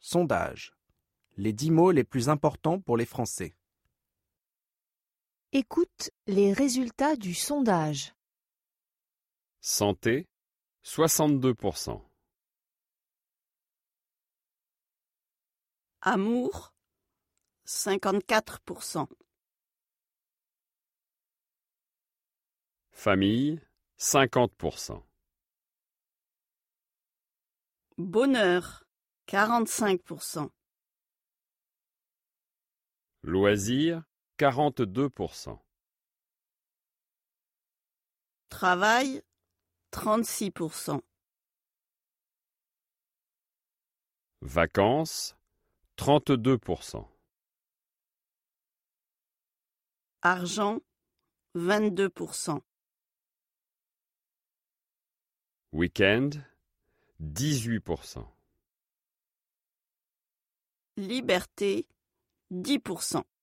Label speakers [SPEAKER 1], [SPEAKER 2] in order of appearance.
[SPEAKER 1] Sondage Les dix mots les plus importants pour les Français.
[SPEAKER 2] Écoute les résultats du sondage.
[SPEAKER 3] Santé, 62%.
[SPEAKER 4] Amour, 54%.
[SPEAKER 3] Famille, 50%.
[SPEAKER 4] Bonheur, 45%.
[SPEAKER 3] Loisirs, 42%.
[SPEAKER 4] Travail, 36%.
[SPEAKER 3] Vacances, 32%.
[SPEAKER 4] Argent, 22%.
[SPEAKER 3] Week-end, 18%.
[SPEAKER 4] Liberté, 10%.